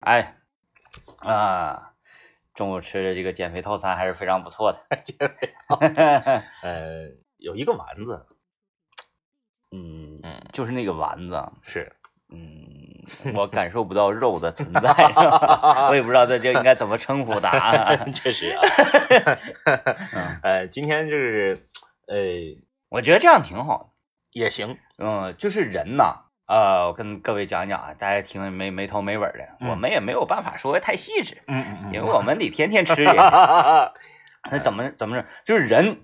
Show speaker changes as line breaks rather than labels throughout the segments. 哎，啊，中午吃的这个减肥套餐还是非常不错的。
呃，有一个丸子
嗯
嗯，
就是那个丸子，
是，
嗯，我感受不到肉的存在，是吧？ 我也不知道这这应该怎么称呼它 啊。
确实啊。
嗯，
呃，今天就是，呃，
我觉得这样挺好的。
也行，
嗯，就是人呐，啊，我跟各位讲讲啊，大家听没没头没尾的，
嗯
我们也没有办法说的太细致，
嗯 嗯。
因为我们得天天吃人
哈，
那怎么怎么着？就是人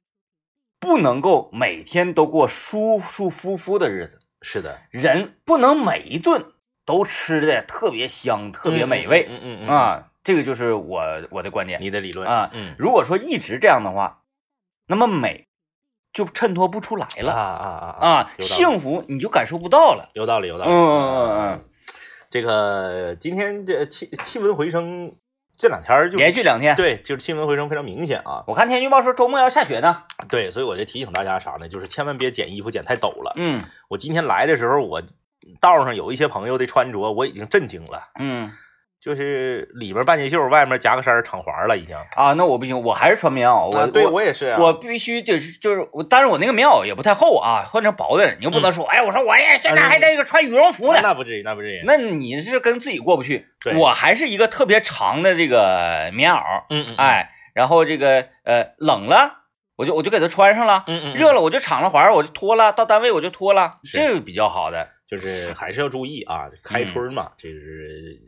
不能够每天都过舒舒服服的日子，
是的，
人不能每一顿都吃的特别香、特别美味
嗯嗯嗯，
啊。这个就是我我的观点。
你的理论
啊
嗯，
如果说一直这样的话，那么美就衬托不出来
啊
了
啊啊
啊，
有道理
幸福你就感受不到了。
有道理，有道理。
嗯
啊
嗯嗯嗯，
这个今天这气气温回升，这两天儿就
连续两天
对，就是气温回升非常明显啊。
我看天气预报说周末要下雪呢。
对，所以我就提醒大家啥呢？就是千万别剪衣服剪太陡了。
嗯
我今天来的时候，我道上有一些朋友的穿着，我已经震惊了，
嗯
就是里边半截袖，外面加个衫儿敞怀了，已经。
啊，那我不行，我还是穿棉袄。我、
啊对
我
我也是啊，
我必须得是就是我，但是我那个棉袄也不太厚啊，换成薄的，你又不
嗯
能说，哎，我说我也
啊
现在还得一个穿羽绒服
那
呢，
那不至于，那不至于。
那你是跟自己过不去
对。
我还是一个特别长的这个棉袄，
嗯嗯，
哎，然后这个呃冷了，我就我就给它穿上了，
嗯，嗯嗯，
热了我就敞了怀儿，我就脱了，到单位我就脱了，
是
这个比较好的。
就是还是要注意啊，开春嘛，这是，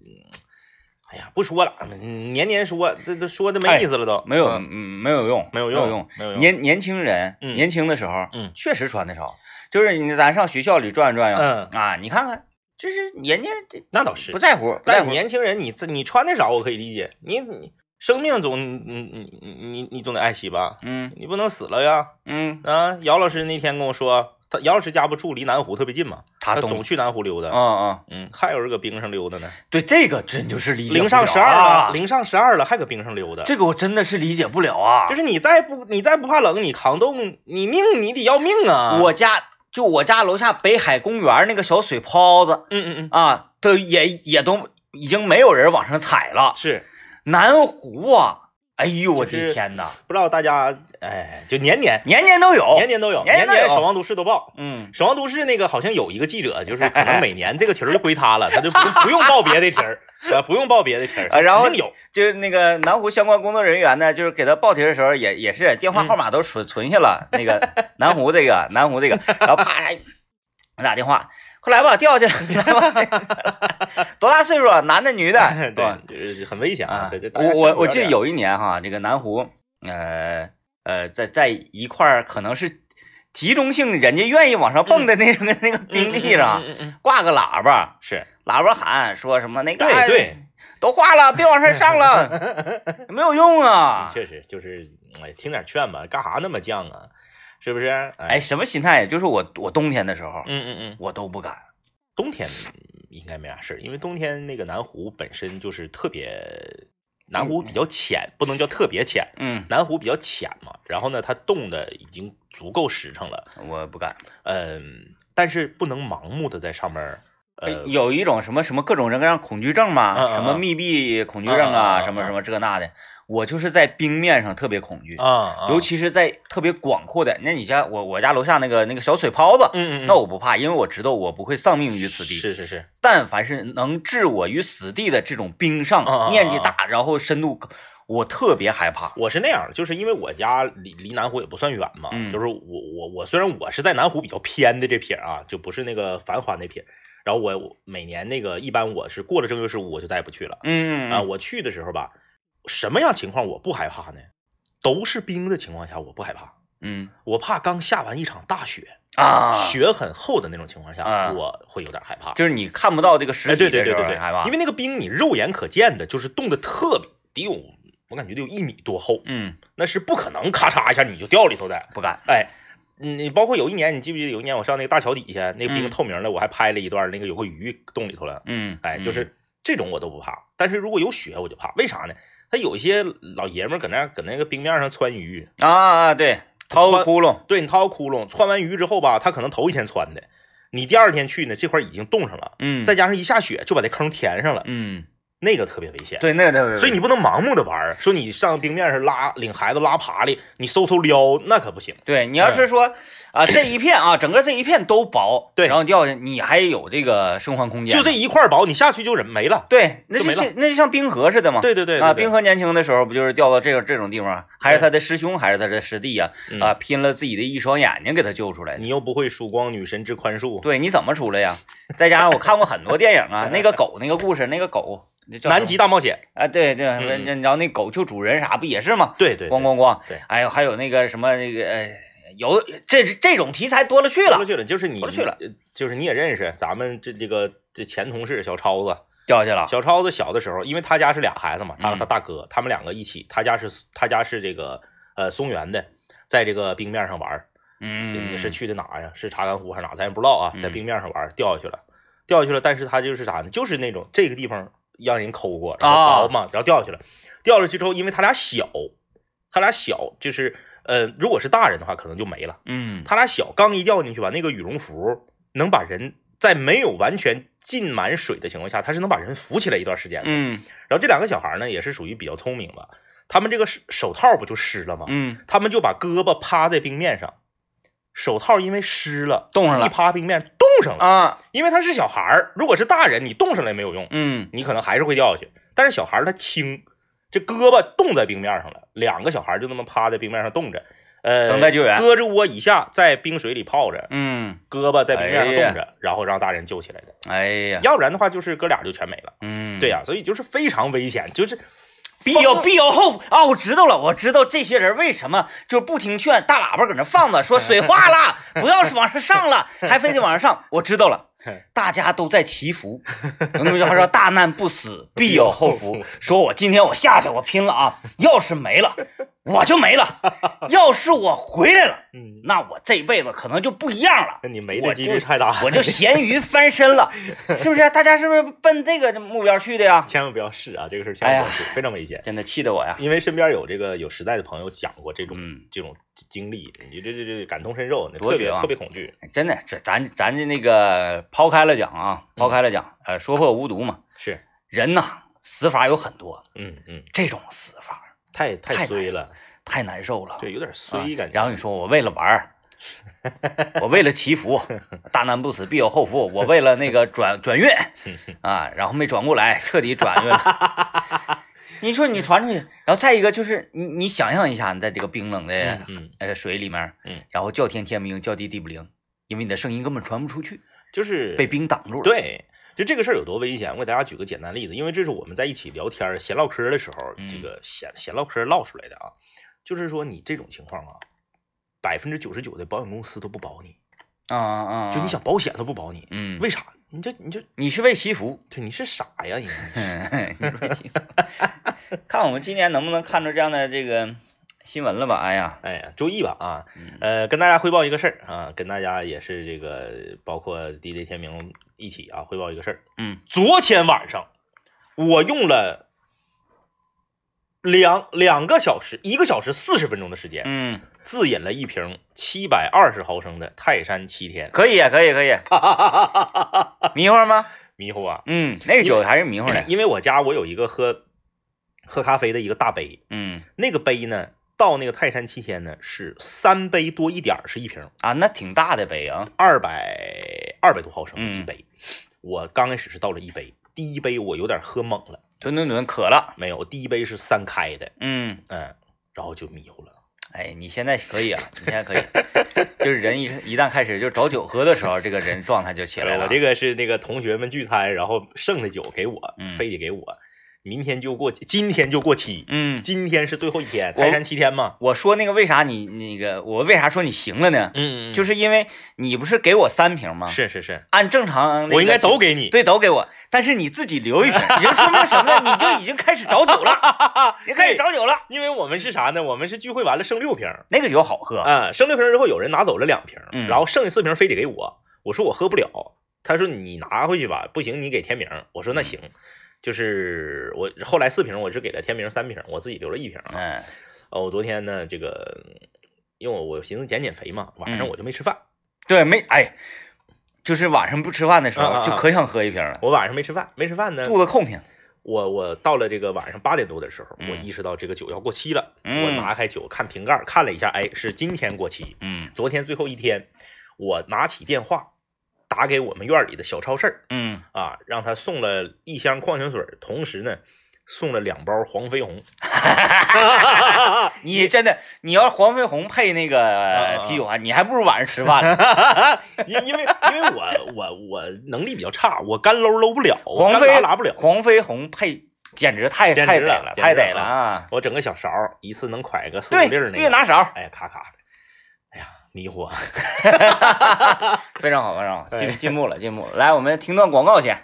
哎呀，不说了，嗯年年说，这都说的没意思了都，
哎没有，
嗯
嗯，没有用，
没有
用，
用，没有用，
年年轻人，
嗯
年轻的时候，
嗯
确实穿的少，就是你咱上学校里转悠转悠，
嗯，
啊，你看看，就是人家这
那倒是
不，在乎，不在
但
乎
是。年轻人你自你穿的少，我可以理解，你你生命总你你你你你总得爱惜吧，
嗯
你不能死了呀
嗯，
啊！姚老师那天跟我说，他姚老师家不住离南湖特别近嘛，
他
他
懂
总去南湖溜
嗯
达，
嗯，
嗯，还有人搁冰上溜达呢，
对这个真就是理解
零
不
上
了
十二
啊
了，，零上十二了，还搁冰上溜达，
这个我真的是理解不了啊。
就是你再不你再不怕冷，你扛冻，你命你得要命啊！
我家就我家楼下北海公园那个小水泡子
嗯嗯嗯，
啊，都也也都已经没有人往上踩了。
是
南湖啊，哎呦我
就是
的天哪，
不知道大家哎，就年年
年年都有，
年年都有，
哦年年
年
都有
守望都市都报。
嗯，
守望都市那个好像有一个记者，就是可能每年这个题儿就归他了，他就不不用报别的题儿，呃，不用报别的题儿
啊，然后
肯定有，？
就是那个南湖相关工作人员呢，就是给他报题的时候也也是电话号码都存、存下了，那个 南湖这个南湖这个， 然后啪打电话，快来吧，掉下去了，来 吧，多大岁数啊？男的女的
对，就是很危险
啊
啊这这，大家
我我我记得
千万不要
有一年哈，这个南湖呃呃在在一块儿可能是集中性人家愿意往上蹦的那个、那个
这样
冰地上、
嗯嗯嗯嗯嗯
挂个喇叭，
是
喇叭喊说什么那个哎
对对，
都化了，别往上上了， 没有用啊。
嗯确实就是哎，听点劝吧，干啥那么犟啊？是不是？哎，
哎，什么心态？就是我我冬天的时候，
嗯嗯嗯。
我都不敢。
冬天应该没啥事儿，因为冬天那个南湖本身就是特别，南湖比较浅，不能叫特别浅，
嗯，
南湖比较浅嘛。然后呢，它冻的已经足够实诚了，
我不敢。
嗯，但是不能盲目的在上面儿，
哎
呃，
有一种什么什么各种人各样恐惧症嘛，
嗯嗯
什么密闭恐惧
嗯
症
嗯嗯
啊，
嗯
什么什么这那的。我就是在冰面上特别恐惧，
啊，
尤
其
其是在特别广阔的。那你家我我家楼下那个那个小水泡子，
嗯嗯，
那我不怕，因为我知道我不会丧命于此地。
是是是，
但凡是能置我于死地的这种冰上，
啊啊啊
面积大，然后深度高，我特别害怕。
我是那样儿，就是因为我家离离南湖也不算远嘛，
嗯
就是我我我虽然我是在南湖比较偏的这撇儿啊，就不是那个繁华那撇儿，然后我我每年那个一般我是过了正月十五我就再也不去了。
嗯
啊，我去的时候吧，什么样情况我不害怕呢？都是冰的情况下我不害怕，
嗯
我怕刚下完一场大雪，
啊，
雪很厚的那种情况下，
啊
我会有点害怕。
就是你看不到这个实
哎，
体
对对
的
对
时候
对对，
害怕，
因为那个冰你肉眼可见的，就是冻得特别得有，我感觉得有一米多厚，
嗯
那是不可能咔嚓一下你就掉里头的。
不敢，
哎，你包括有一年，你记不记得有一年我上那个大桥底下，那个冰
嗯
透明的，我还拍了一段，那个有个鱼冻里头了。
嗯，
哎，就
嗯
是这种我都不怕，但是如果有雪我就怕，为啥呢？他有一些老爷们儿搁那儿搁那个冰面上穿鱼，
啊啊对，掏个
穿
窟窿，
对你掏个窟窿，穿完鱼之后吧，他可能头一天穿的，你第二天去呢，这块儿已经冻上了，
嗯，
再加上一下雪就把这坑填上了，
嗯
那个特别危险。
对，那个特别危险，
所以你不能盲目的玩儿，说你上冰面上拉领孩子拉爬里，你嗖嗖撩那可不行。
对你要是说啊、这一片啊，整个这一片都薄，
嗯对
然后掉下去，你还有这个生还空间，
就这，一块薄，你下去就人没了。
对，那
就
就
没了
像那就像冰河似的嘛，
对对对
啊，
对对
冰河年轻的时候不就是掉到这个这种地方，还是他的师兄，还是他的师弟呀、
嗯
啊，拼了自己的一双眼睛给他救出来的。
你又不会曙光女神之宽恕，
对，你怎么出来呀？再加上我看过很多电影 啊，那个狗那个故事，那个狗那叫什么
南极大冒险，
啊，对对，
嗯
然后那狗救主人啥不也是吗？
对对，对
咣咣咣，
对
还有哎还有那个什么那个呃，有这这种题材多了去
说
了
了，去了，就是你
说了去了，
呃就是你也认识咱们这这个这前同事小超子，
掉下了。
小超子小的时候，因为他家是俩孩子嘛，他
嗯
他大哥，他们两个一起，他家是他家是这个呃松原的，在这个冰面上玩儿，
嗯，
是去的哪呀？是查干湖还是哪？咱也不知道啊，在
嗯
冰面上玩儿掉下去了，掉下去了，但是他就是啥呢？就是那种这个地方让人抠过，然
啊
后薄嘛，然后掉下去了，掉下去之后，因为他俩小，他俩小就是呃，如果是大人的话，可能就没了。
嗯，
他俩小，刚一掉进去吧，那个羽绒服能把人在没有完全浸满水的情况下，它是能把人扶起来一段时间的。
嗯
然后这两个小孩呢，也是属于比较聪明吧，他们这个手手套不就湿了吗？
嗯，
他们就把胳膊趴在冰面上，手套因为湿了，
冻上
一
了
趴冰面冻上了，
啊，
因为他是小孩儿，如果是大人，你冻上来没有用，
嗯
你可能还是会掉下去。但是小孩儿他轻，这胳膊冻在冰面上了，两个小孩儿就那么趴在冰面上冻着，呃，
等待救援
胳肢窝以下在冰水里泡着，
嗯，
胳膊在冰面上
哎呀
冻着，然后让大人救起来的。
哎呀，
要不然的话，就是哥俩就全没了。
嗯，
对呀、所以就是非常危险，就是
必有
疯
必有后啊！我知道了，我知道这些人为什么就不听劝，大喇叭搁那放着，说水化 了，不要往上上了，还非得往上上。我知道了，大家都在祈 福。有那么句话说：“大难不死，必有后福。”说我今天我下去，我拼了啊！要是没了，我就没了； 要是我回来了，
嗯，
那我这辈子可能就不一样了。
那你没
我
的几
就
率太大了，
我就咸鱼翻身了，是不是？大家是不是奔这个目标去的呀？
千万不要试啊，这个事儿千
哎
万不要试，非常危险。
真的气得我呀！
因为身边有这个有实在的朋友讲过这种、
嗯
这种经历，你这这这感同身受，你
多
特别
绝望
特别恐惧。
真的，这咱咱这那个抛开了讲啊，
嗯
抛开了讲，呃，说破无毒嘛，
是，
人呐，死法有很多，
嗯嗯，
这种死法
太
太
太衰了，
太难受了，
对，有点
啊
衰感觉。嗯
然后你说我为了玩儿，我为了祈福，大难不死必有后福，我为了那个转 转运啊，然后没转过来，彻底转运了。 你说你传出去，然后再一个就是你你想象一下，你在这个冰冷的
嗯嗯，
呃水里面，
嗯，
然后叫天天不应，叫地地不灵，因为你的声音根本传不出去，
就是
被冰挡住了。
对，就这个事儿有多危险，我给大家举个简单例子，因为这是我们在一起聊天儿闲唠嗑儿的时候，这
嗯
个闲闲唠嗑儿唠出来的啊。就是说你这种情况啊，百分之九十九的保险公司都不保你，
啊啊，啊
就你想保险都不保你，
嗯，
为啥？你这你这
你是为祈福，
对 你是傻呀？应该是。
嗯，你是为祈福。 看我们今年能不能看出这样的这个新闻了吧？哎呀，
哎呀，周易吧啊，
嗯
呃，跟大家汇报一个事儿啊，跟大家也是这个包括 DJ 天明一起啊汇报一个事儿。
嗯
昨天晚上我用了两两个小时，一个小时四十分钟的时间，
嗯，
自饮了一瓶七百二十毫升的泰山七天，
可以啊，可以， 可以，迷糊吗？
迷糊啊！
嗯，那个酒还是迷糊的。
因为我家我有一个喝喝咖啡的一个大杯，
嗯
那个杯呢到那个泰山七天呢是三杯多一点儿是一瓶。
啊，那挺大的杯啊。
二百二百多毫升
嗯
一杯。我刚开始是倒了一杯，第一杯我有点喝懵了，
吨吨吨，渴了。
没有，我第一杯是三开的，
嗯，
嗯，然后就迷糊了。
哎，你现在可以啊，你现在 可以，就是人一一旦开始就找酒喝的时候，这个人状态就起来了。
我这个是那个同学们聚餐，然后剩的酒给我，
嗯
非得给我，明天就过，今天就过期，
嗯，
今天是最后一天，
我
泰山七天嘛，
我说那个为啥你那个我为啥说你行了呢？
嗯
就是是因为你不是给我三瓶吗？
是是是，
按正常那个
我应该都给你，
对都给我，但是你自己留一瓶，你就说明什么呢？你就已经开始找酒了， 你开始找酒了。
因为我们是啥呢？我们是聚会完了剩六瓶，
那个酒好喝，
啊，剩六瓶之后有人拿走了两瓶，
嗯
然后剩下四瓶非得给我，我说我喝不了，他说你拿回去吧，不行你给天明，我
嗯
说那行，就是我后来四瓶我是给了天明三瓶，我自己留了一瓶啊。
嗯
呃，我昨天呢这个，因为我我寻思减减肥嘛，晚上
嗯
我就没吃饭，
对，没哎，就是晚上不吃饭的时
啊啊
候
啊
就可想喝一瓶了，
我晚上没吃饭，没吃饭呢，
肚子空挺。
我我到了这个晚上八点多的时候，
嗯
我意识到这个酒要过期了。
嗯
我拿开酒看瓶盖，看了一下，哎，是今天过期，
嗯
昨天最后一天。我拿起电话打给我们院里的小超市儿
嗯，
啊，让他送了一箱矿泉水儿，同时呢送了两包黄飞鸿。
你真的，你要是黄飞鸿配那
啊
个
啊
啤酒啊，你还不如晚上吃饭 呢。
因因为因为我我我能力比较差，我干搂搂不了，我
黄
干
飞
拉拉不了，
黄飞鸿配简直太
简直
太得
了
了，
简
太
直
得
了
了啊！
我整个小勺儿一次能㧟个四五
对
粒儿那
对，
个，
拿勺，
哎咔咔的，哎呀迷糊啊，
非常好，非常好，
哎
进进步了，进步了。来，我们听段广告去。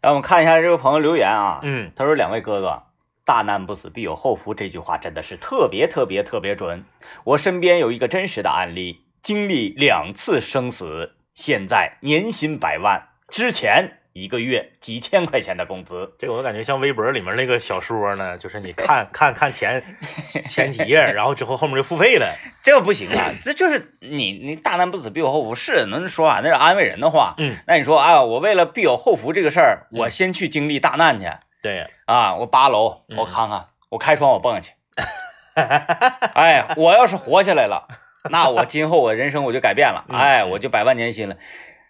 让我们看一下这位朋友留言啊，
嗯
他说：“两位哥哥，大难不死必有后福，这句话真的是特别特别特别准。我身边有一个真实的案例，经历两次生死，现在年薪百万，之前一个月几千块钱的工资。
这个我感觉像微博里面那个小说呢，就是你看 看看前前几页，然后之后后面就付费了，
这不行啊，这就是你你大难不死必有后福，是能说啊，那是安慰人的话。
嗯，
那你说啊，我为了必有后福这个事儿，我
嗯
先去经历大难去。
对，
啊，我八楼，我
嗯
看看，我开窗我蹦下 去。哎，我要是活下来了，那我今后我人生我就改变了，
嗯
哎，我就百万年薪了。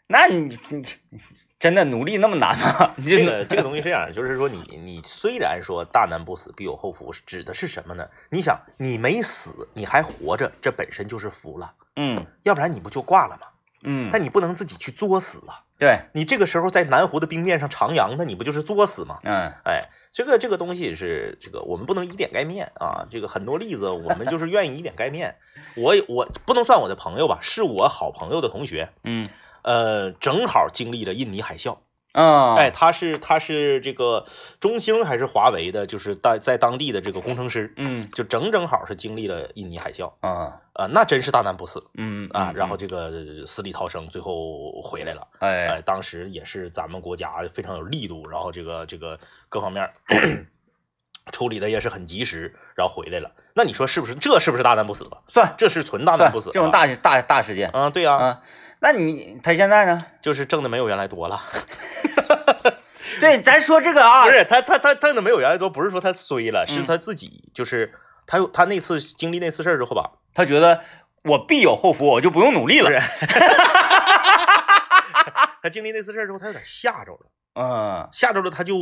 那你你你真的努力那么难吗？你
这个这个东西是这样，就是说你你虽然说大难不死必有后福，指的是什么呢？你想你没死，你还活着，这本身就是福了，
嗯
要不然你不就挂了吗？
嗯，
但你不能自己去作死啊！
对，
你这个时候在南湖的冰面上徜徉，那你不就是作死吗？
嗯
哎，这个这个东西是这个，我们不能以点盖面啊。这个很多例子，我们就是愿意以点盖面。我我不能算我的朋友吧，是我好朋友的同学，
嗯
呃，正好经历了印尼海啸。
啊，
哎，他是他是这个中兴还是华为的，就是在在当地的这个工程师，
嗯
就整正好是经历了印尼海啸
啊
啊、那真是大难不死
嗯
啊。然后
嗯
这个死里逃生，最后回来了。
哎
呃，当时也是咱们国家非常有力度，然后这个这个各方面儿 处理的也是很及时，然后回来了。那你说是不是？这是不是大难不死吧？
算
这是纯大难
算
不死吧，啊
这种大大大事件
啊，对呀、
啊，那你他现在呢？
就是挣的没有原来多了。
对，咱说这个 啊
不，是他他他挣的没有原来多，不是说他衰了，是
嗯
他自己就是他有他那次经历那次事儿之后吧，
他觉得我必有后福，我就不用努力了
不。是他经历那次事儿之后，他有点吓着了，
嗯
吓着了他就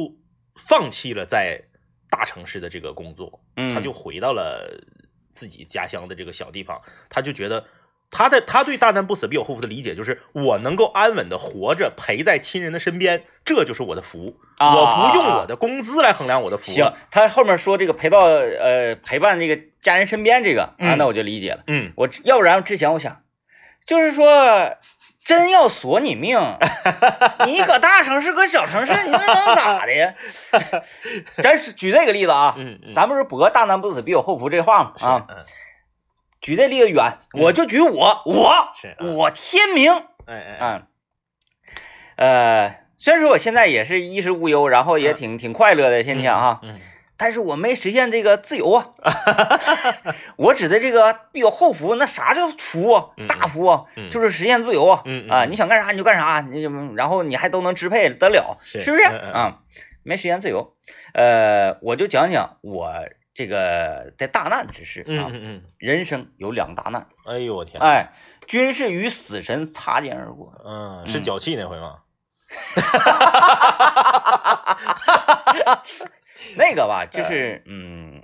放弃了在大城市的这个工作，
嗯，
他就回到了自己家乡的这个小地方，他就觉得他的他对大难不死必有后福的理解就是我能够安稳的活着，陪在亲人的身边，这就是我的福，
啊
我不用我的工资来衡量我的福
行
了。，
他后面说这个陪到呃陪伴这个家人身边这个、啊，
嗯
那我就理解了。
嗯，
我之要不然之前我想，就是说真要索你 命，你搁大城市搁小城市，你那能咋的 呀？咱是举这个例子啊，
嗯嗯，
咱不是博大难不死必有后福这话吗？
是
啊，
嗯，
举这例子远，
嗯
我就举我我
是啊
我天明。
哎哎哎，
啊，呃，虽然说我现在也是衣食无忧，然后也挺、挺快乐的，天天啊，
嗯，
但是我没实现这个自由啊。 我指的这个必有后福，那啥叫福啊？
嗯
大福啊，
嗯
就是实现自由啊。
嗯嗯
啊，
嗯
你想干啥你就干啥，你就然后你还都能支配得了，
是
不是？
嗯嗯
啊，没实现自由。呃，我就讲讲我这个的大难之事
嗯
啊。
嗯嗯，
人生有两大难，
哎呦我天，
哎，均是与死神擦肩而过。
嗯，是脚气那回吗？
那个吧，就是嗯，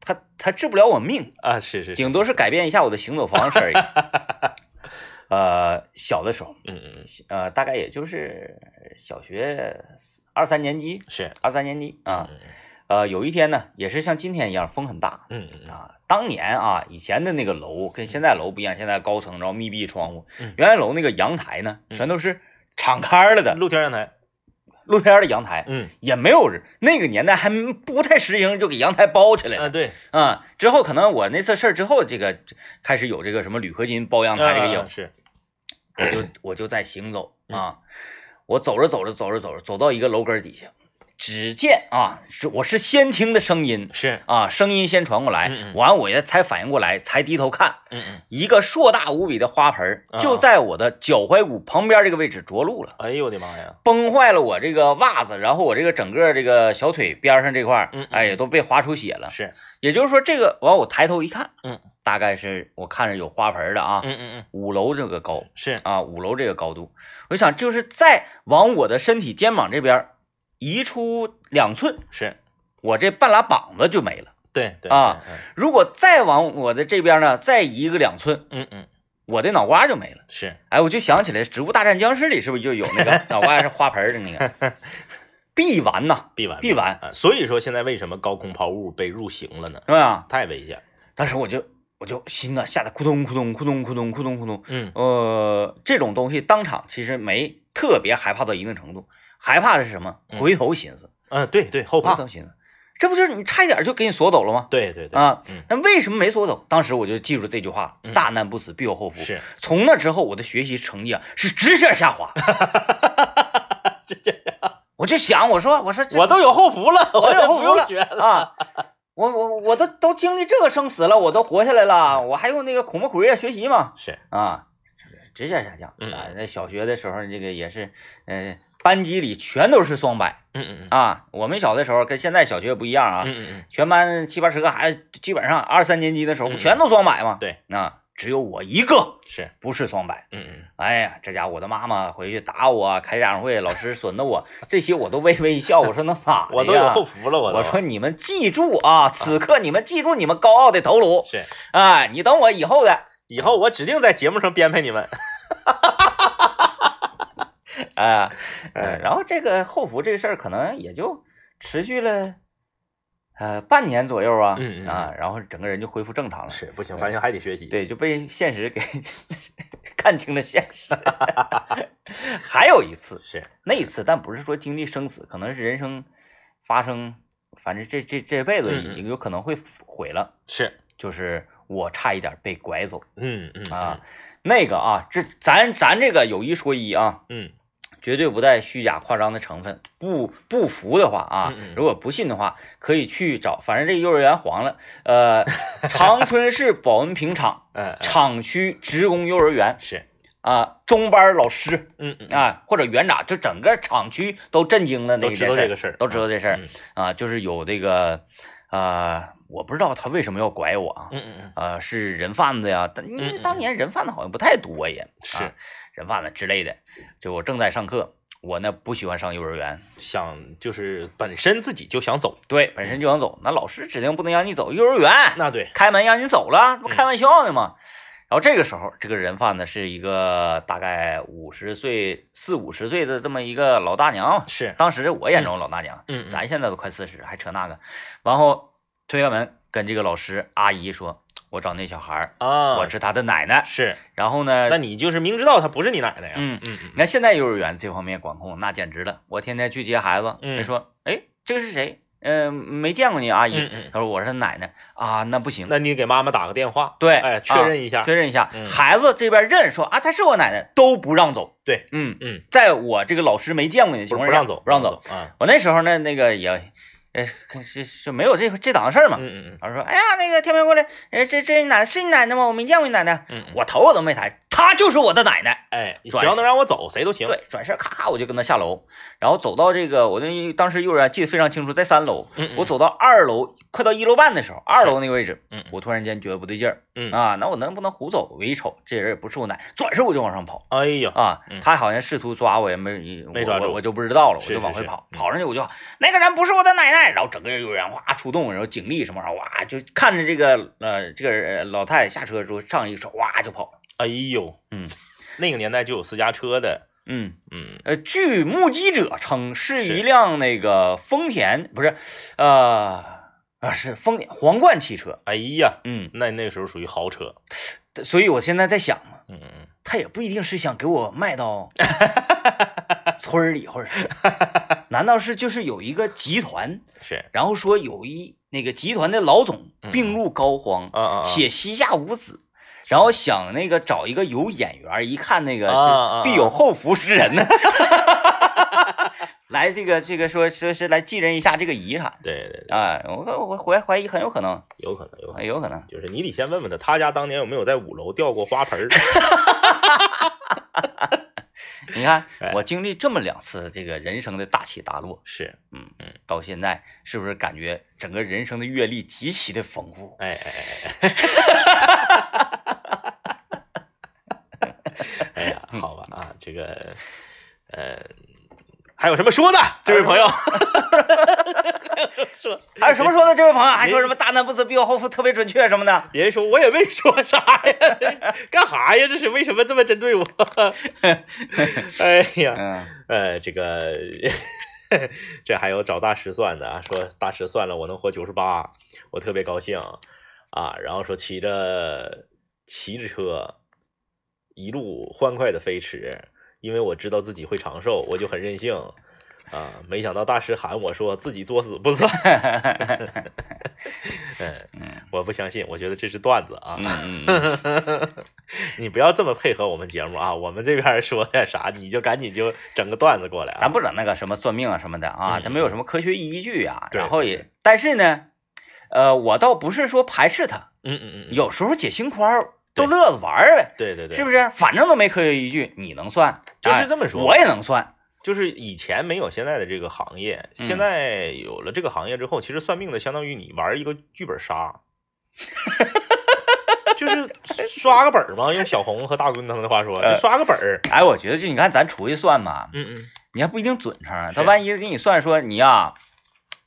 他他治不了我命，
啊，是是，是
顶多是改变一下我的行走方式而已。 呃，小的时候，
嗯嗯嗯，
呃，大概也就是小学二三年级，
是
二三年级啊，
嗯
呃，有一天呢，也是像今天一样，风很大
嗯嗯嗯
啊。当年啊，以前的那个楼跟现在楼不一样，现在高层然后密闭窗户
嗯，
原来楼那个阳台呢，
嗯
全都是敞开了
嗯，
的，
露天阳台，
露天的阳台，
嗯
也没有人，那个年代还不太实行就给阳台包起来了
啊，对，
啊、之后可能我那次事儿之后，这个开始有这个什么铝合金包阳台这个业务
啊，是，嗯
我就我就在行走啊，我走着走着走着走着走到一个楼根儿底下，只见啊，是我是先听的声音
是，
啊，声音先传过来，
嗯嗯
完我也才反应过来，才低头看，
嗯嗯，
一个硕大无比的花盆儿
啊
就在我的脚踝骨旁边这个位置着陆了，
哎呦我的妈呀，
崩坏了我这个袜子，然后我这个整个这个小腿边上这块儿
嗯嗯，
哎，都被划出血了。
是，
也就是说，这个完我抬头一看，
嗯，
大概是我看着有花盆儿的啊，
嗯嗯嗯，
五楼这个高
是，
啊，五楼这个高度，我想就是再往我的身体肩膀这边儿移出两寸，
是，
我这半拉膀子就没了。
对对
啊，
嗯
如果再往我的这边呢，再移个两寸，
嗯嗯，
我的脑瓜就没了。
是，
哎，我就想起来《植物大战僵尸》里是不是就有那个脑瓜是花盆儿的那个 必完呐，
必完
必完
啊，所以说现在为什么高空抛物被入刑了呢？
是吧？
太危险了，
当时我就我就心呐吓得咕咚咕咚咕咚咕咚咕咚咕咚。
嗯
呃，这种东西当场其实没特别害怕到一定程度，害怕的是什么？
嗯
回头寻思，
嗯，对对，后
回
怕，
头寻思，这不就是你差一点就给你锁走了吗？
对对对，
啊
嗯，
那为什么没锁走？当时我就记住这句话
嗯
了：大难不死，必有后福。
是，
从那之后，我的学习成绩啊是直线下 滑。 我就想，我说，我说这，
我都有后福了，
我有
都
后
不
福
用
了
学了，
啊，我我我都都经历这个生死了，我都活下来了，我还用那个苦木苦日夜学习吗？
是，
啊，直线下降。
嗯
啊，那小学的时候，这个也是，呃，班级里全都是双百
嗯嗯嗯
啊。我们小的时候跟现在小学不一样啊，
嗯嗯嗯，
全班七八十个孩子，基本上二三年级的时候
嗯
全都双百嘛。
对，
那只有我一个
是，
不是双百。
嗯嗯，
哎呀，这家伙我的妈妈回去打我，开家长会，老师损的我，这些我都微微一笑。我说 能咋的呀？
我都有后福了，我都
我说你们记住啊，此刻你们记住你们高傲的头颅
是，
啊！你等我以后的，
以后我指定在节目上编排 你们，
啊，
哎
呃，然后这个后服这个事儿可能也就持续了，呃，半年左右啊，
嗯嗯嗯
啊，然后整个人就恢复正常了，
是不行，反正还得学习，，
对，就被现实给 看清了现 实。还有一次，
是，
那一次，但不是说经历生死，可能是人生发生，反正这这这辈子
嗯嗯
有可能会毁了，
是，
就是我差一点被拐走
嗯嗯
啊，，那个啊，这咱咱这个有一说一啊，
嗯
绝对不带虚假夸张的成分。不不服的话啊
嗯嗯，
如果不信的话，可以去找，反正这个幼儿园黄了。呃，长春市保温瓶 厂
嗯嗯，
厂区职工幼儿园
是，
啊，中班老师
嗯嗯，
啊或者园长，就整个厂区都震惊了那
都
一
知
件
道
事
这
儿，
个事儿，
都知道这事儿
嗯
啊，就是有这个啊，我不知道他为什么要拐我啊。
嗯嗯嗯，
呃，是人贩子呀，但因
嗯
为
嗯
当
嗯
年人贩子好像不太多也，
是
啊、人贩子之类的。就我正在上课，我呢不喜欢上幼儿园，
想就是本身自己就想走，
对，本身就想走，那老师指定不能让你走幼儿园，
那对，
开门让你走了，这不
嗯
开玩笑呢吗？然后这个时候，这个人贩子是一个大概五十岁、四五十岁的这么一个老大娘，
是，
当时我眼中老大娘，
嗯，嗯
咱现在都快四十，还扯那个。然后推开门，跟这个老师阿姨说：“我找那小孩儿，
啊，
我是他的奶奶。”
是，
然后呢，
那你就是明知道她不是你奶奶呀，
嗯
嗯嗯
你看现在幼儿园这方面管控那简直了，我天天去接孩子，
嗯
人说，哎，这个是谁？嗯、没见过你阿姨。
嗯嗯
他说我是奶奶啊，那不行，
那你给妈妈打个电话，
对，
哎，确
啊
认一下，
确认一下，
嗯
孩子这边认说啊，她是我奶奶，都不让走。
对，
嗯
嗯，
在我这个老师没见过你的
不
情
不
况下，
让走，
不让走。
啊，
我那时候呢，那个也，呃，可是是没有这这档子事儿嘛。
嗯嗯
老师说，哎呀，那个天明过来，哎，这这你奶奶是你奶奶吗？我没见过你奶奶，
嗯嗯，
我头我都没抬，她就是我的奶奶。
哎，只
转
要能让我走，谁都行，
对，转身咔咔我就跟他下楼，然后走到这个我那当时幼儿园记得非常清楚，在三楼，
嗯，嗯
我，走到二楼，快到一楼半的时候，二楼那个位置，
嗯嗯
我突然间觉得不对劲儿，
嗯
啊，那我能不能胡走？我一瞅这人也不是我奶，转身我就往上跑
哎呀，
啊
嗯，
他好像试图抓我，也没
没抓
我
住
我我就不知道了，我
是
就往
是
回
是
跑，
嗯
跑上去我就喊那个人不是我的奶奶，然后整个幼儿园哇出动，然后警力什么玩意儿哇就看着这个呃这个呃老太太下车之后上一手哇就跑了，
哎呦，
嗯，
那个年代就有私家车的，
嗯。
嗯，
呃，据目击者称，是
是
一辆那个丰田，不是，呃，啊是丰田皇冠汽车，
哎呀，
嗯，
那那个时候属于豪车，
所以我现在在想嘛，
嗯嗯
他也不一定是想给我卖 到村儿里，或者是，难道是就是有一个集团，
嗯，是，
然后说有一那个集团的老总
嗯
病入膏肓，
啊啊，啊
且膝下无子。然后想那个找一个有眼缘儿，一看那个
啊啊啊
必有后福之人呢， 来这个这个说说是来继任一下这个遗产
对对对，
啊，我我怀怀疑很有可能，
有可能有可能，
有可能，
就是你得先问问他，他家当年有没有在五楼掉过花 盆儿？
你看
哎
我经历这么两次这个人生的大起大落，
是，
嗯
嗯，
到现在是不是感觉整个人生的阅历极其的丰富？
哎哎哎 哎，哎呀，
嗯
好吧啊，这个，呃，还有什么说的，这位朋友？ 说，
还有啊什么说的？这位朋友还说什么大难不死必有后福，特别准确什么的？
别人说我也没说啥呀， 干啥呀？这是为什么这么针对我？ 哎呀，
嗯，
呃，这个 这还有找大师算的啊，说大师算了，我能活九十八，我特别高兴啊。然后说骑着骑着车一路欢快的飞驰，因为我知道自己会长寿，我就很任性啊。没想到大师喊我说自己作死 不算，嗯，我不相信，我觉得这是段子啊。
嗯嗯嗯，
你不要这么配合我们节目啊！我们这边说点啥，你就赶紧就整个段子过来啊！
咱不整那个什么算命啊什么的啊，
嗯
它没有什么科学依据啊。
对
然后
对
也，但是呢，呃，我倒不是说排斥它，
嗯嗯嗯，
有时候解心宽儿
对
逗乐子玩儿呗，
对对对，
是不是？反正都没科学依据，你能算
就是
哎
这么说？
我也能算。
就是以前没有现在的这个行业，
嗯
现在有了这个行业之后，其实算命的相当于你玩一个剧本 杀，就是刷个本儿嘛。用小红和大棍他们的话说，
呃
就刷个本儿。
哎，我觉得就你看咱出去算嘛，
嗯嗯，
你还不一定准成儿，
是
他万一给你算说你呀、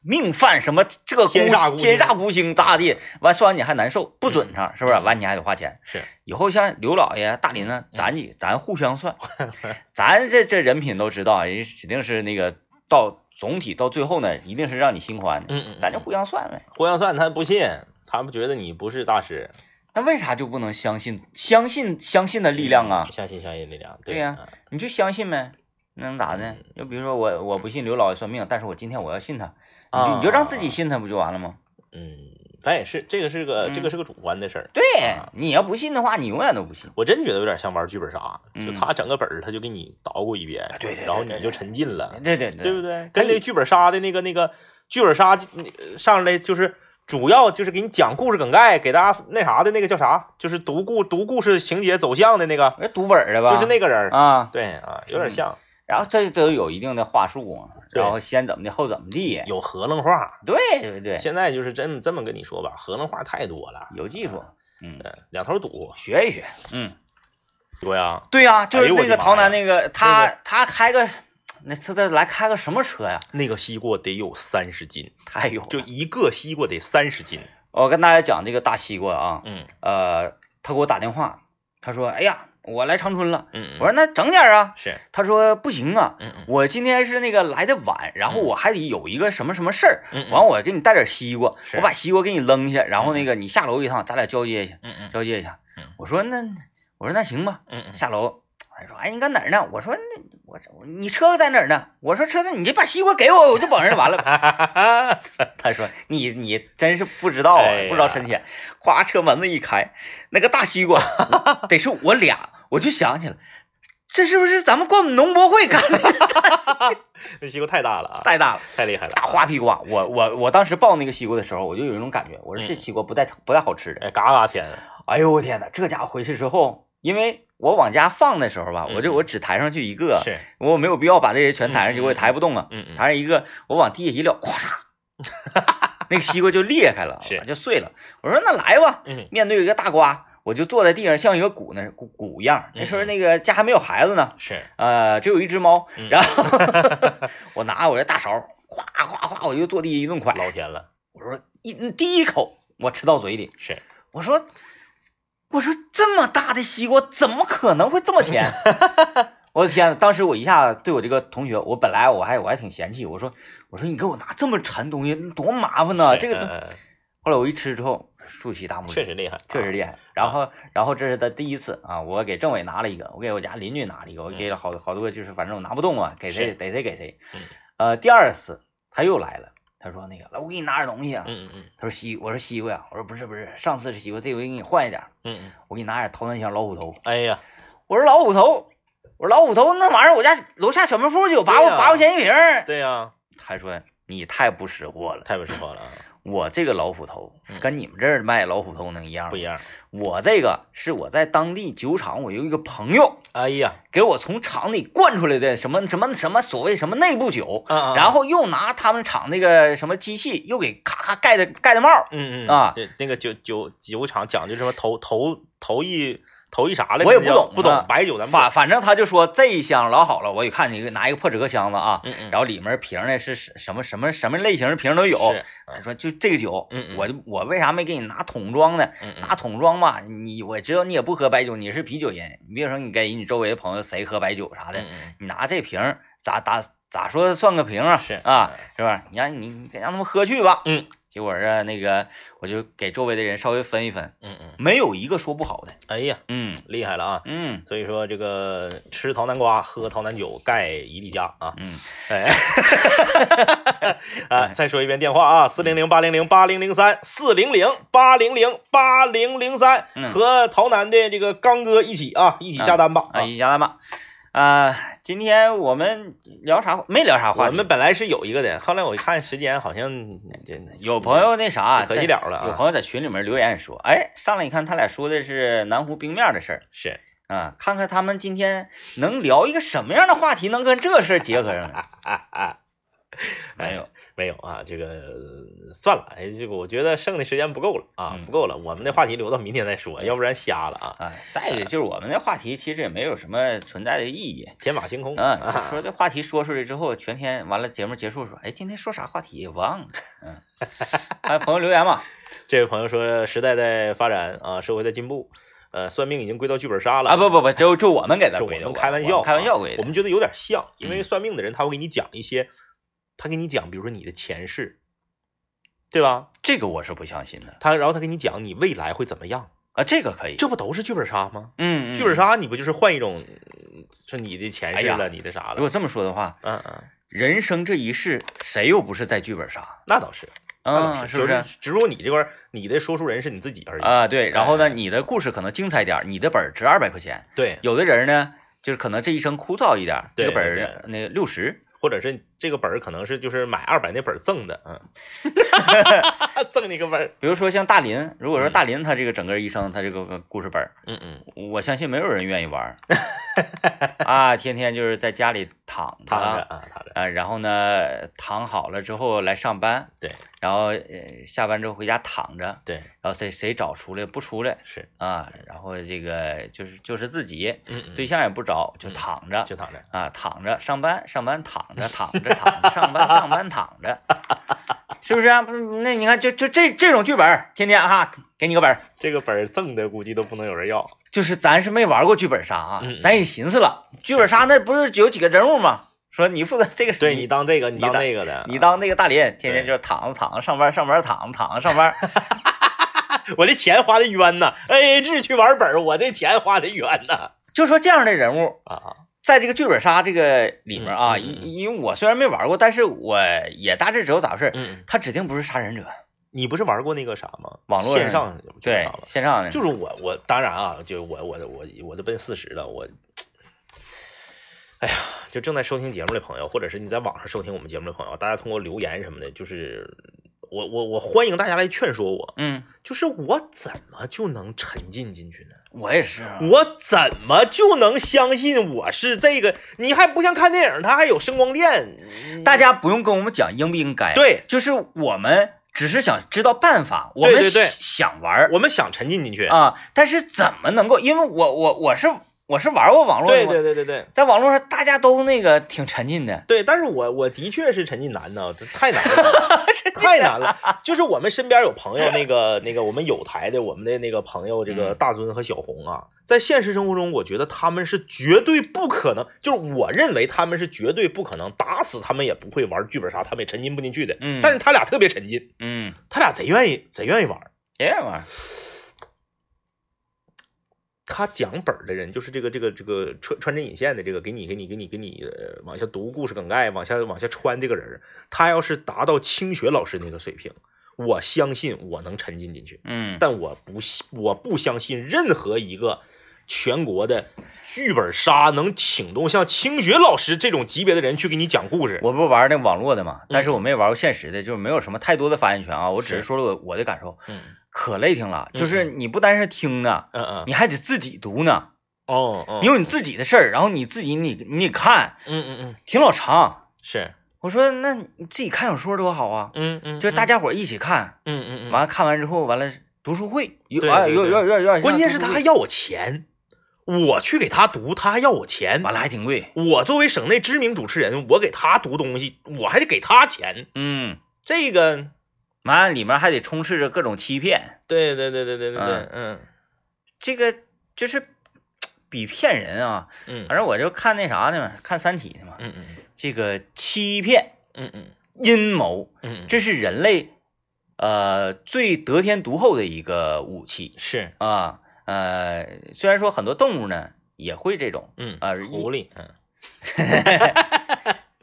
命犯什么这个
天煞孤星
天煞孤星咋地，完算完你还难受，不准成儿，是不是？
嗯
完你还得花钱。
是嗯
以后像刘老爷、大林呢，咱几咱互相算， 咱这这人品都知道，人指定是那个到总体到最后呢，一定是让你心宽的。
嗯嗯，
咱就互相算呗。
互相算，他不信，他们觉得你不是大师。
那为啥就不能相信相信相信的力量啊？
嗯相信相信力量，
对呀
嗯
你就相信呗，那能咋的？就比如说我我不信刘老爷算命，但是我今天我要信他，你就你就让自
啊
己信他不就完了吗？
嗯，咱也是，这个是个、
嗯
这个是个主观的事儿。
对
啊
你要不信的话，你永远都不信。
我真觉得有点像玩剧本杀，就
嗯啊
他整个本儿，他就给你捣鼓一遍，
对对对
然后
对对
你就沉浸了，
对对对
对不
对？
对？
可
跟那
以
剧本杀的那个那个剧本杀呃上来就是主要就是给你讲故事梗概，给大家那啥的那个叫啥，就是读故读故事情节走向的那个，
那读本儿的吧？
就是那个人儿，
啊，
对啊，有点像，
然后这都有一定的话术啊，
对
然后先怎么的后怎么地，
有合楞话。
对对对，
现在就是真这么跟你说吧，合楞话太多了，
有技术，嗯，
嗯，两头堵，
学一学，嗯，
对呀，
对啊呀、就
哎
是
呦我
那
的
个
妈
陶
呀
南那个他他开个那次他来开个什么车呀？
那个西瓜得有三十斤，
太有了，
就一个西瓜得三十斤。
我跟大家讲这个大西瓜啊，
嗯
呃，他给我打电话，他说，哎呀，我来长春了，
嗯
我说那整点儿啊，
是，
他说不行啊，
嗯嗯
我今天是那个来的晚，然后我还得有一个什么什么事儿，
嗯
完我给你带点西瓜，
是
我把西瓜给你扔下，然后那个你下楼一趟，咱俩交接一下，
嗯嗯
交接一下
嗯。
我说那我说那行吧，
嗯嗯，
下楼。他说哎你搁哪儿呢？我说那我我你车在哪儿呢？我说车在你就把西瓜给我，我就保证 完了。他说你你真是不知道啊
哎呀，
不知道深浅。咵车门子一开，那个大西瓜得是我俩，我就想起来。这是不是咱们逛农博会干的
那西瓜太大了啊，
太大了？
太厉害了，
大花屁瓜，我我我当时抱那个西瓜的时候，我就有一种感觉，我说
嗯
这西瓜不太不太好吃的。
哎，嘎嘎甜，
哎呦我天哪，这家伙回去之后，因为我往家放的时候吧，
嗯
我就我只抬上去一个，
啊是，
我没有必要把这些全抬上去，
嗯嗯
我也抬不动啊。
嗯嗯，
抬上一个，我往地下一撂， 咵嚓，那个西瓜就裂开了，
是
就碎了。我说那来吧，
嗯
面对一个大瓜，我就坐在地上，像一个鼓那鼓鼓一样。
嗯
那时候那个家还没有孩子呢，
是，
呃，只有一只猫
嗯，
然 后我拿我这大勺，咵咵咵，我就坐地一顿蒯。
老甜了，
我说一嗯第一口我吃到嘴里，
是，
我说我说这么大的西瓜怎么可能会这么甜？ 我的天！当时我一下子对我这个同学，我本来我还我还挺嫌弃，我说我说你给我拿这么馋东西，多麻烦呐、
是
这个东。
嗯
后来我一吃之后，竖起大拇指，
确实厉害，啊
确实厉害。然后，然后这是他第一次啊，我给政委拿了一个，我给我家邻居拿了一个，我给了好好多，就是反正我拿不动啊，给谁
嗯是
逮谁给谁
嗯。
呃，第二次他又来了，他说那个来我给你拿点东西啊
害，嗯嗯
他说西，我说西瓜呀，我说不是不是，上次是西瓜，这回给你换一点儿，
嗯嗯嗯，
我给你拿点桃南香老虎头。
哎呀，
我说老虎头，我说老五头那玩意儿，我家楼下小卖铺就有八
对
块
呀
八块钱一瓶儿。
对呀，
他说你太不识货了，
太不说了啊，
我这个老虎头
嗯
跟你们这儿卖老虎头能一样吗？
不一样。
我这个是我在当地酒厂，我有一个朋友
哎呀，
给我从厂里灌出来的什么什么什么所谓什么内部酒，
啊，
然后又拿他们厂那个什么机器又给咔咔盖的盖的帽儿。
嗯嗯
啊
对，那个酒酒酒厂讲究什么头头头一头一啥来着？
我也
那
不
叫
懂
不
啊
懂白酒咱不懂
反反正他就说这一箱老好了，我一看你拿一个破纸壳箱子啊，
嗯嗯，
然后里面瓶儿呢是什什么什么什么类型的瓶儿都有。
是
他说就这个酒，
嗯嗯
我就我为啥没给你拿桶装呢？
嗯嗯
拿桶装吧，你我知道你也不喝白酒，你是啤酒人，你别说你给你周围的朋友谁喝白酒啥的，
嗯嗯
你拿这瓶儿咋咋咋说算个瓶啊？
是
啊，，是吧？你让你你给让他们喝去吧。
嗯，
结果啊，那个我就给周围的人稍微分一分，
嗯嗯，
没有一个说不好的。
哎呀，
嗯
厉害了啊！
嗯
所以说这个吃桃南瓜，喝桃南酒，盖一粒家啊！
嗯，
哎，
哎
啊，再说一遍电话
嗯
啊，四零零八零零八零零三，四零零八零零八零零三
嗯，
和桃南的这个刚哥一起啊，一起下单吧
啊，一家大妈，啊，今天我们聊啥？没聊啥话
我
题。
们本来是有一个的，后来我一看时间，好像这
嗯有朋友那啥，
可惜
在
了了啊
有朋友在群里面留言说，哎，上来一看，他俩说的是南湖冰面的事儿
是
啊，看看他们今天能聊一个什么样的话题，能跟这事儿结合上 来？哎
啊啊，
没有，
没有啊，这个算了，哎，这个我觉得剩的时间不够了啊
嗯，
不够了，我们的话题留到明天再说，要不然瞎了啊，
啊，再一个就是我们的话题其实也没有什么存在的意 义。
天马行空
嗯，你说这话题说出来之后，全天完了节目结束说，哎，今天说啥话题忘了。嗯， 还有朋友留言嘛，
这位朋友说，时代在发展啊，社会在进步，呃，算命已经归到剧本杀了
啊不不不，就就我们给他
这我
归的，
们
我
开玩
我
笑啊，
开玩笑归
我
的。
们觉得有点像，因为
嗯
算命的人他会给你讲一些，他给你讲，比如说你的前世，对吧？
这个我是不相信的
他然后他给你讲你未来会怎么样，
啊，这个可以。
这不都是剧本杀吗？
嗯，嗯
剧本。杀你不就是换一种，嗯说你的前世
哎
了，
呀
你的啥
如果
了？
这么说的话，
嗯嗯，
人生这一世，谁又不是在剧本杀？
那倒是，那倒
嗯，
是，
不？
就是只不过你这块儿你的说书人是你自己而已。
啊，对。然后呢，
哎
你的故事可能精彩点儿，你的本儿值二百块钱。
对，
有的人呢，就是可能这一生枯燥一点儿，这个
对
本
对
儿那六十。
或者是这个本儿可能是就是买二百那本儿赠的，嗯， 赠你个本儿，
比如说像大林，如果说大林他这个整个一生他这个个故事本儿，
嗯嗯，
我相信没有人愿意玩儿 啊，天天就是在家里躺着
躺着啊躺着，
啊，然后呢躺好了之后来上班，
对
然后呃下班之后回家躺着，
对
然后谁谁找出来不出来
是，
啊，然后这个就是就是自己
嗯嗯
对象也不找，就
嗯
躺着
就躺着，
啊，躺着上班，上班躺着，躺着躺着，上班上班躺 着，是不是啊？不是那你看，就就这这种剧本儿，天天哈、给你个本儿，
这个本儿赠的估计都不能有人要，
就是咱是没玩过剧本杀啊，
嗯嗯
咱也寻思了，剧本杀那不是有几个人物吗？说你负责这个，
对
你
你当这个，
你
你当
当
那个的，
你
啊
当那个大林，天天
对
就是躺着躺着上班上班躺着躺着上班，
我这钱花的冤呐，A A 制去玩本儿，我这钱花的冤呐，
就说这样的人物。
啊，
在这个剧本杀这个里面啊，
嗯嗯嗯嗯
因因为我虽然没玩过，但是我也大致知道咋回事儿。
嗯，
他指定不是杀人者，
你不是玩过那个啥吗？
网络
线
上
上剧本
对
杀吗，
线上的
就是我我当然啊，就我我我我都奔四十了，我，哎呀，就正在收听节目的朋友，或者是你在网上收听我们节目的朋友，大家通过留言什么的，就是我我我欢迎大家来劝说我，
嗯，
就是我怎么就能沉浸进去呢？
我也是啊，
我怎么就能相信我是这个？你还不像看电影，它还有声光电，
大家不用跟我们讲应不应该，，
对
就是我们只是想知道办法，我
对
们
对对
想玩儿
我们想沉浸进去。
啊，但是怎么能够？因为我我我是我是玩过网络的
对
嘛，
对对对对
在网络上大家都那个挺沉浸的，
对，但是我我的确是沉浸难呢，这太难 了，太难了。就是我们身边有朋友，那个那个我们有台的我们的那个朋友，这个
嗯
大尊和小红啊，在现实生活中，我觉得他们是绝对不可能，就是我认为他们是绝对不可能打死他们也不会玩剧本杀，他们也沉浸不进去的。
嗯
但是他俩特别沉浸，
嗯，
他俩贼愿意贼愿意玩儿。
这样
啊
吧，
他讲本儿的人，就是这个这个这个穿穿针引线的这个，给你给你给你给你、呃、往下读故事梗概，往下往下穿这个人儿，他要是达到清学老师那个水平，我相信我能沉浸进去，
嗯，
但我不信我不相信任何一个全国的剧本杀能请动像清雪老师这种级别的人去给你讲故事。
我不玩那网络的嘛，但是我没玩过现实的，就是没有什么太多的发言权啊。我只是
嗯是
说了我我的感受，
嗯
可累挺了。就是你不单是听呢，
嗯嗯，
你还得自己读呢。
哦哦，
你有你自己的事儿，然后你自己你你得看，
嗯嗯嗯
挺老长。
是，
我说那你自己看小说多好啊，
嗯嗯，
就是大
家
家伙儿一起看，
嗯嗯嗯，
完了看完之后完了读书会，有
对
啊
对
有有
对
有有有点像
关键是
读
他
书
还
会
要我钱，我去给他读，他还要我钱。
完了还挺贵，
我作为省内知名主持人，我给他读东西，我还得给他钱，
嗯，
这个，
完了里面还得充斥着各种欺骗，
对对对对对对对，嗯
这个就是比骗人啊。
嗯，
反正我就看那啥呢嘛，看《三体》呢嘛，
嗯嗯
这个欺骗、
嗯嗯
阴谋，
嗯，
这是人类呃最得天独厚的一个武器
是，
啊。呃，虽然说很多动物呢也会这种，
嗯
啊
狐狸，嗯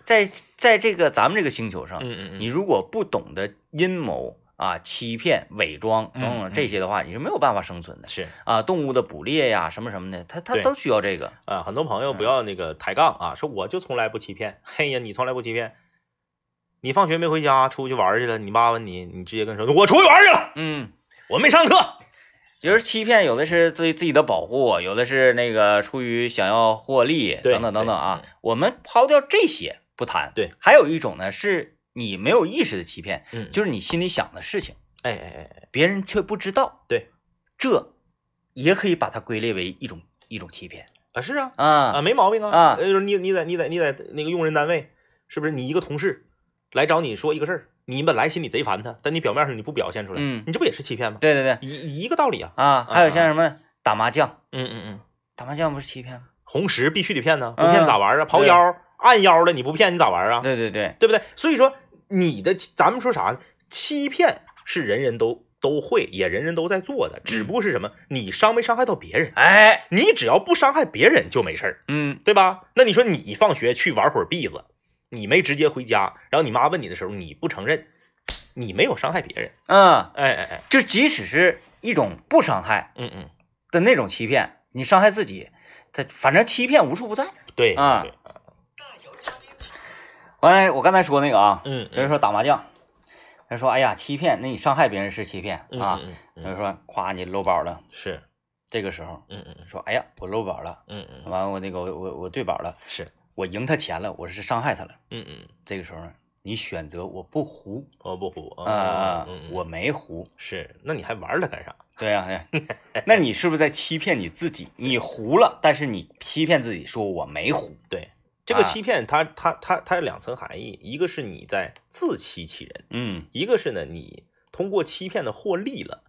在在这个咱们这个星球上，
嗯嗯，
你如果不懂得阴谋啊、欺骗、伪装等
嗯嗯
等这些的话，你是没有办法生存的
是
啊。动物的捕猎呀，什么什么的，它它
对
都需要这个。
啊，很多朋
嗯
友不要那个抬杠啊，说我就从来不欺骗，嘿呀，你从来不欺骗，你放学没回家，出去玩去了，你妈问你，你直接跟人说，我出去玩去了，
嗯，
我没上课，
有时候欺骗，有的是对自己的保护，有的是那个出于想要获利
对
等等等等啊
对。嗯
我们抛掉这些不谈，
对，
还有一种呢是你没有意识的欺骗，
嗯，
就是你心里想的事情，
哎哎哎，
别人却不知道。
对，
这也可以把它归类为一种一种欺骗
啊是啊，啊，
啊。
没毛病啊
啊
呃就是你你在你在你在那个用人单位，是不是你一个同事来找你说一个事儿，你本来心里贼烦他，但你表面上你不表现出来，
嗯
你这不也是欺骗吗？
对对对
一一个道理啊。
啊，还有像什么打麻将，
嗯嗯嗯，
打麻将不是欺骗吗？
红石必须得骗呢，不
嗯
骗咋玩啊？刨腰按腰的你不骗你咋玩啊？
对对对，
对不对？所以说你的咱们说啥呢？欺骗是人人都都会，也人人都在做的，
嗯
只不过是什么，你伤没伤害到别人？啊
哎，
你只要不伤害别人就没事儿。
嗯
对吧？那你说你放学去玩会儿币子，你没直接回家，然后你妈问你的时候你不承认，你没有伤害别人。
嗯，
哎哎哎，
就即使是一种不伤害
嗯嗯，
的那种欺骗，你伤害自己，它反正欺骗无处不在。
对
啊
对
完了，我刚才说那个啊，
嗯，
就是说打麻将，他说哎呀欺骗，那你伤害别人是欺骗
嗯
啊，
嗯嗯
他
嗯，
说夸你搂宝了，
是，
这个时候
嗯嗯
说哎呀我搂宝了，
嗯嗯嗯，
完了我那个我我我对宝了，
是，
我赢他钱了，我是伤害他了，
嗯嗯，
这个时候呢你选择我不胡
我不胡
啊啊，
嗯嗯
我没胡，
是，那你还玩它干啥？
对呀、 哎那你是不是在欺骗你自己？你胡了，但是你欺骗自己说我没胡，
对，这个
啊
欺骗它它它它有两层含义，一个是你在自欺欺人，
嗯
一个是呢，你通过欺骗的获利了，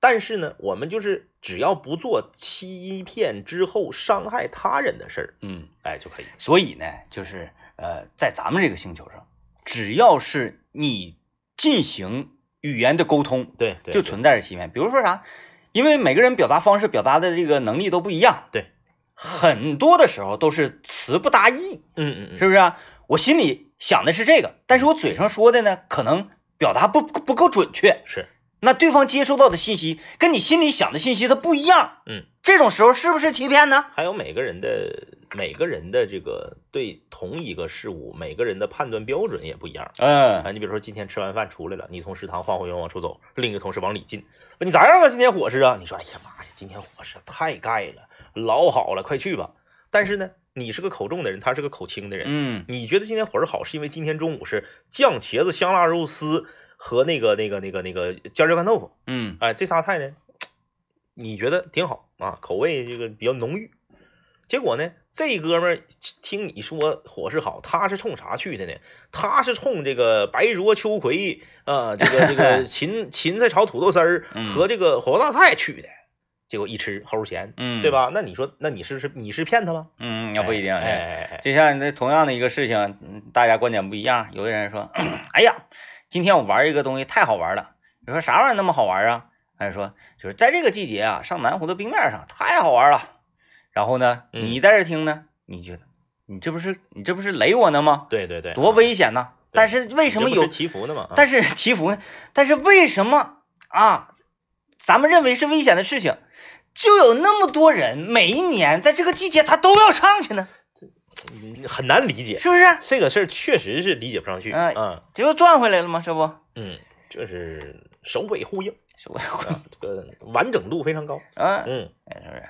但是呢，我们就是只要不做欺骗之后伤害他人的事儿，
嗯。
哎，就可以。
所以呢，就是呃，在咱们这个星球上，只要是你进行语言的沟通，
对，对
就存在着欺骗。比如说啥，因为每个人表达方式、表达的这个能力都不一样，
对，
很多的时候都是词不达意，
嗯嗯嗯，
是不是啊？我心里想的是这个，但是我嘴上说的呢，可能表达不不够准确，
是，
那对方接收到的信息跟你心里想的信息它不一样，
嗯，
这种时候是不是欺骗呢？
还有每个人的每个人的这个对同一个事物，每个人的判断标准也不一样。
嗯
啊，你比如说今天吃完饭出来了，你从食堂晃晃悠悠往出走，另一个同事往里进，问你咋样啊？今天伙食啊？你说，哎呀妈呀，今天伙食太盖了，老好了，快去吧。但是呢，你是个口重的人，他是个口轻的人，
嗯
你觉得今天伙食好，是因为今天中午是酱茄子香辣肉丝和那个那个那个那个尖椒干豆腐，
嗯。
哎，这仨菜呢，你觉得挺好啊，口味这个比较浓郁。结果呢，这哥们儿听你说伙食好，他是冲啥去的呢？他是冲这个白灼秋葵啊、这个 这个芹芹菜炒土豆丝儿
嗯
和这个火锅大菜去的。结果一吃齁咸，
嗯，
对？吧？那你说，那你是是你是骗他吗？
嗯，那不一定。
哎哎哎，
就像这同样的一个事情，嗯大家观点不一样。有的人说，哎呀，今天我玩一个东西太好玩了。你说啥玩意儿那么好玩啊？还是说，就是在这个季节啊，上南湖的冰面上太好玩了。然后呢，
嗯
你在这听呢，你觉得你这不是你这不是雷我呢吗？
对对对，
多
啊
危险呐！但是为什么
你这不
有
是？祈福的吗？啊
但是 祈福呢？但是为什么啊？咱们认为是危险的事情，就有那么多人，每一年在这个季节他都要上去呢，
嗯很难理解，
是不是？
这个事儿确实是理解不上去。
哎
嗯
这又赚回来了吗？这 不，
嗯，就是首尾呼应，
是不是？
啊这个完整度非常高。
啊，
嗯，
哎是不是？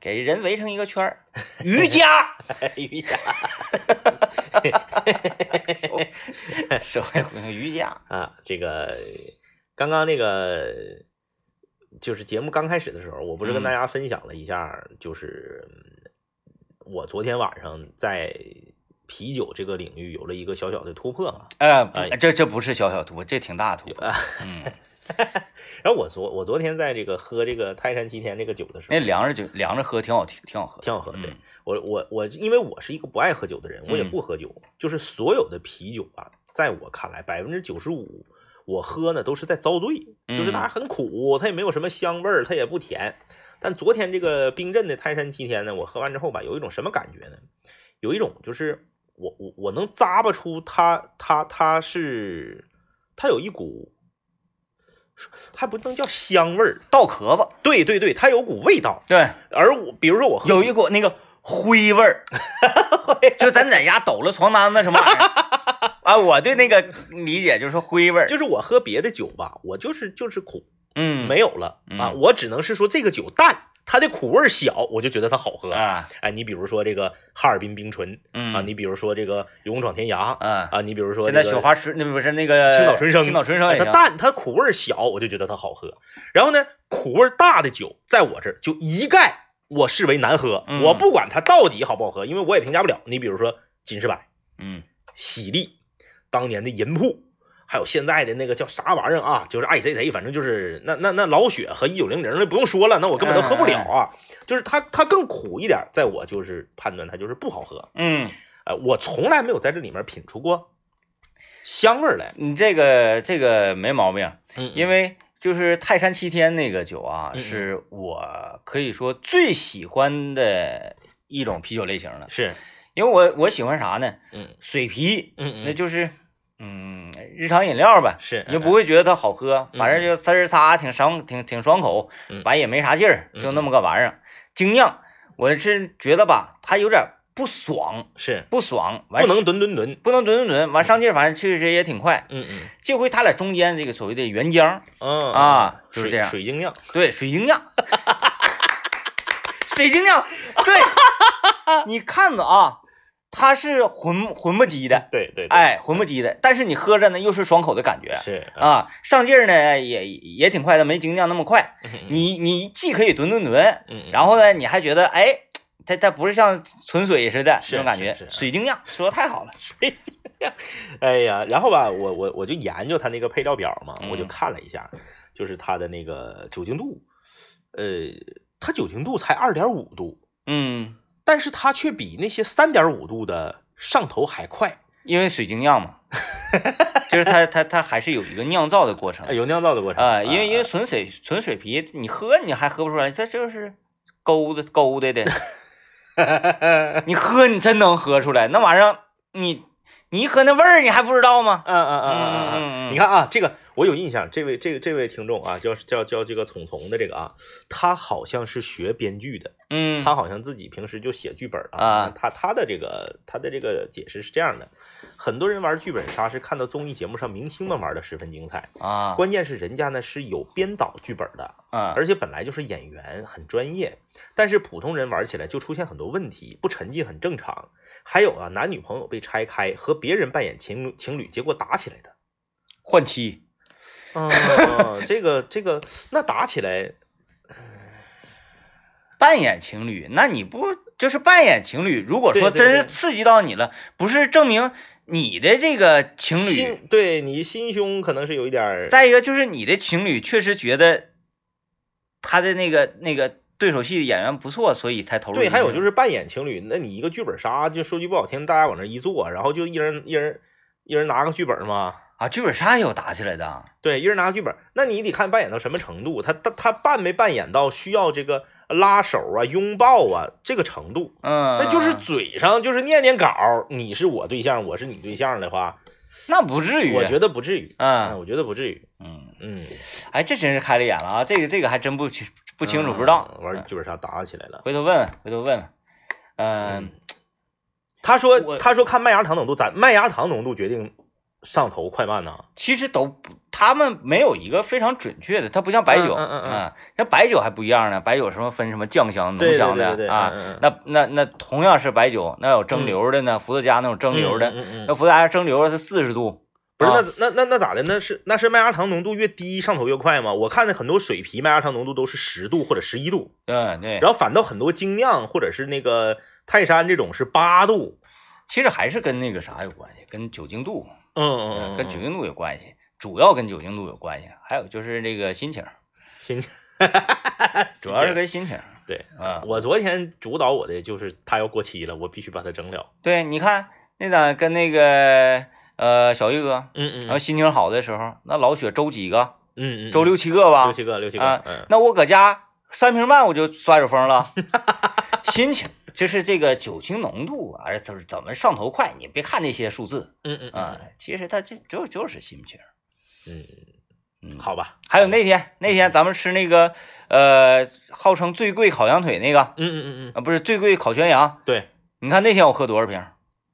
给人围成一个圈儿，瑜 伽
哎呀，
社会回应 瑜伽，
啊，这个刚刚那个就是节目刚开始的时候，我不是跟
嗯
大家分享了一下，就是嗯我昨天晚上在啤酒这个领域有了一个小小的突破嘛。
呃，
哎啊
不这这不是小小图，这挺大图，嗯，
然后我昨我昨天在这个喝这个泰山七天这个酒的时
那
候，
凉着就凉着喝挺好，挺挺好喝的，
挺好喝。对
哎嗯
我我我，因为我是一个不爱喝酒的人，我也
嗯
不喝酒，就是所有的啤酒啊，在我看来百分之九十五。我喝呢都是在遭罪，就是它
嗯
很苦，它也没有什么香味儿，它也不甜。但昨天这个冰镇的泰山七天呢，我喝完之后吧，有一种什么感觉呢？有一种就是我我我能咂巴出它它它是它有一股，还不能叫香味儿，
倒壳子，
对对对，它有股味道。
对，
而我比如说我喝
有一股那个灰味儿，就咱在家抖了床单子什么玩 意儿啊，我对那个理解就是灰味儿，
就是我喝别的酒吧，我就是就是苦，
嗯，
没有了啊，
嗯
我只能是说这个酒淡，它的苦味儿小，我就觉得它好喝。
啊，
哎，你比如说这个哈尔滨冰醇
嗯
啊，你比如说这个勇闯天涯
啊，
啊，你比如说
现在
这个
雪花春那不是那个
青岛纯生，
青岛纯生
哎
也
它
行，
淡，它苦味儿小，我就觉得它好喝。然后呢，苦味儿大的酒在我这儿就一概我视为难喝，
嗯
我不管它到底好不好喝，因为我也评价不了。你比如说金士百、
嗯
喜力，当年的银铺，还有现在的那个叫啥玩意儿啊，就是爱谁谁，反正就是那那那老雪和一九零零的不用说了，那我根本都喝不了啊。就是它它更苦一点，在我就是判断它就是不好喝。
嗯，
呃，我从来没有在这里面品出过香味儿来，
你这个这个没毛病，
嗯
因
为
为就是泰山七天那个酒啊，
嗯嗯
是我可以说最喜欢的一种啤酒类型了，
是
因为我我喜欢啥呢？
嗯
水啤，
嗯嗯
那就是嗯日常饮料呗，
是
你就不会觉得它好喝，反正就呲儿仨挺爽，挺挺爽口
嗯，
完也没啥劲儿，
嗯
就那么个玩意儿。精酿，我是觉得吧，它有点不爽，
是
不爽，完
不能吨吨吨，
不能吨吨吨，完上劲儿，反正确实也挺快。
嗯嗯
这回它俩中间这个所谓的原浆，
嗯
啊就是
水
这样
水晶酿，
对，水晶酿， 水晶酿，对， 你看着啊，它是浑浑不唧的，
对对，对
哎，浑不唧的，但是你喝着呢又是爽口的感觉
是，
啊，上劲儿呢也也挺快的，没精酿那么快。
嗯嗯
你你既可以吨吨吨，
嗯嗯
然后呢你还觉得哎，它它不是像纯水似的
是
那种感觉
是，是
水晶酿说的太好了，
哎呀，然后吧，我我我就研究它那个配料表嘛，
嗯
我就看了一下，就是它的那个酒精度，呃，它酒精度才二点五度，
嗯，
但是它却比那些三点五度的上头还快。
因为水晶酿嘛， 就是它它它还是有一个酿造的过程
哎，。有酿造的过程
啊，因为因为纯水纯水啤，你喝你还喝不出来，这就是勾的勾的 的，
嗯
你喝你真能喝出来，那玩意儿你你一喝那味儿你还不知道吗？
嗯嗯嗯嗯
嗯嗯
嗯，你看啊，这个我有印象，这位这个这位听众啊，叫叫叫这个聪聪的这个啊，他好像是学编剧的，
嗯，
他好像自己平时就写剧本儿
啊
他他的这个他的这个解释是这样的：很多人玩剧本杀是看到综艺节目上明星们玩的十分精彩，
啊，
关键是人家呢是有编导剧本的，
啊，
而且本来就是演员，很专业。但是普通人玩起来就出现很多问题，不沉浸很正常。还有啊，男女朋友被拆开，和别人扮演情侣情侣，结果打起来的。
换妻，哦
嗯， 这个这个，那打起来，
扮演情侣，那你不就是扮演情侣？如果
对
说
对
真
对
是刺激到你了，不是证明你的这个情侣，
心对你心胸可能是有一点儿
再一个就是你的情侣确实觉得他的那个那个对手戏演员不错，所以才投入进
对，
去。
还有就是扮演情侣，那你一个剧本杀，就说句不好听，大家往那一坐，然后就一人一人一人拿个剧本嘛。
啊，剧本杀也有打起来的啊。
对，一人拿个剧本，那你得看扮演到什么程度，他他他扮没扮演到需要这个拉手啊、拥抱啊这个程度，
嗯，
那就是嘴上就是念念稿，你是我对象，我是你对象的话，
那不至于，
我觉得不至于，
嗯
我觉得不至于，
嗯，
嗯，
哎，这真是开了眼了啊！这个这个还真不去不不清楚不知道，
嗯完了剧本杀打起来了。
回头问问，回头问问。嗯
嗯，他说
我
他说看麦芽糖浓度，咱麦芽糖浓度决定上头快慢呢。
其实都不他们没有一个非常准确的，它不像白酒，
嗯嗯嗯嗯
啊，像白酒还不一样呢，白酒什么分什么酱香、浓
对
香的
对对对
啊，
嗯嗯
那那那同样是白酒，那有蒸馏的呢，伏特加那种蒸馏的，
嗯嗯嗯
那伏特加蒸馏的是四十度，
不是
啊
那那那那咋的？那是那是麦芽糖浓度越低上头越快吗？我看的很多水啤麦芽糖浓度都是十度或者十一度，
嗯对，
然后反倒很多精酿或者是那个泰山这种是八度。
其实还是跟那个啥有关系，跟酒精度，
嗯嗯
嗯，
嗯，
跟酒精度有关系，主要跟酒精度有关系，还有就是这个心情，
心情，
主要是跟心情
对。
啊，
我昨天主导我的就是它要过期了，我必须把它整了。
对，你看那咋跟那个呃小玉哥，
嗯
然后心情好的时候，那老雪周几个？
嗯嗯，
周六七个吧，
六七个六七个
啊，
嗯
那我搁家三瓶半我就耍酒疯了，心情就是这个酒精浓度啊，就是怎么上头快。你别看那些数字
嗯嗯
啊，其实它就就就是心情。
嗯，
嗯，。
好吧，
还有那天那天咱们吃那个呃，号称最贵烤羊腿那个
嗯嗯嗯嗯，
啊，不是最贵烤全羊。
对，
你看那天我喝多少瓶？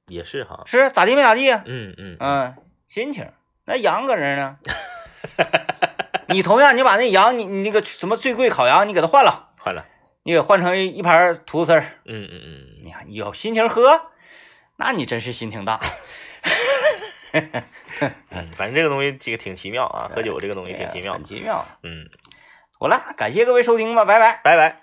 也是哈，
是咋地没咋地啊？
嗯嗯嗯
嗯，心情。那羊搁那儿呢。你同样，你把那羊，你你那个什么最贵烤羊，你给它换了。
换了，
你给换成一一盘土豆丝儿，
嗯嗯嗯嗯，
你看你有心情喝，那你真是心挺大。
嗯反正这个东西这个挺奇妙啊，喝酒这个东西挺奇妙
哎很，奇妙。
嗯，
好了，感谢各位收听吧，拜拜。
拜拜。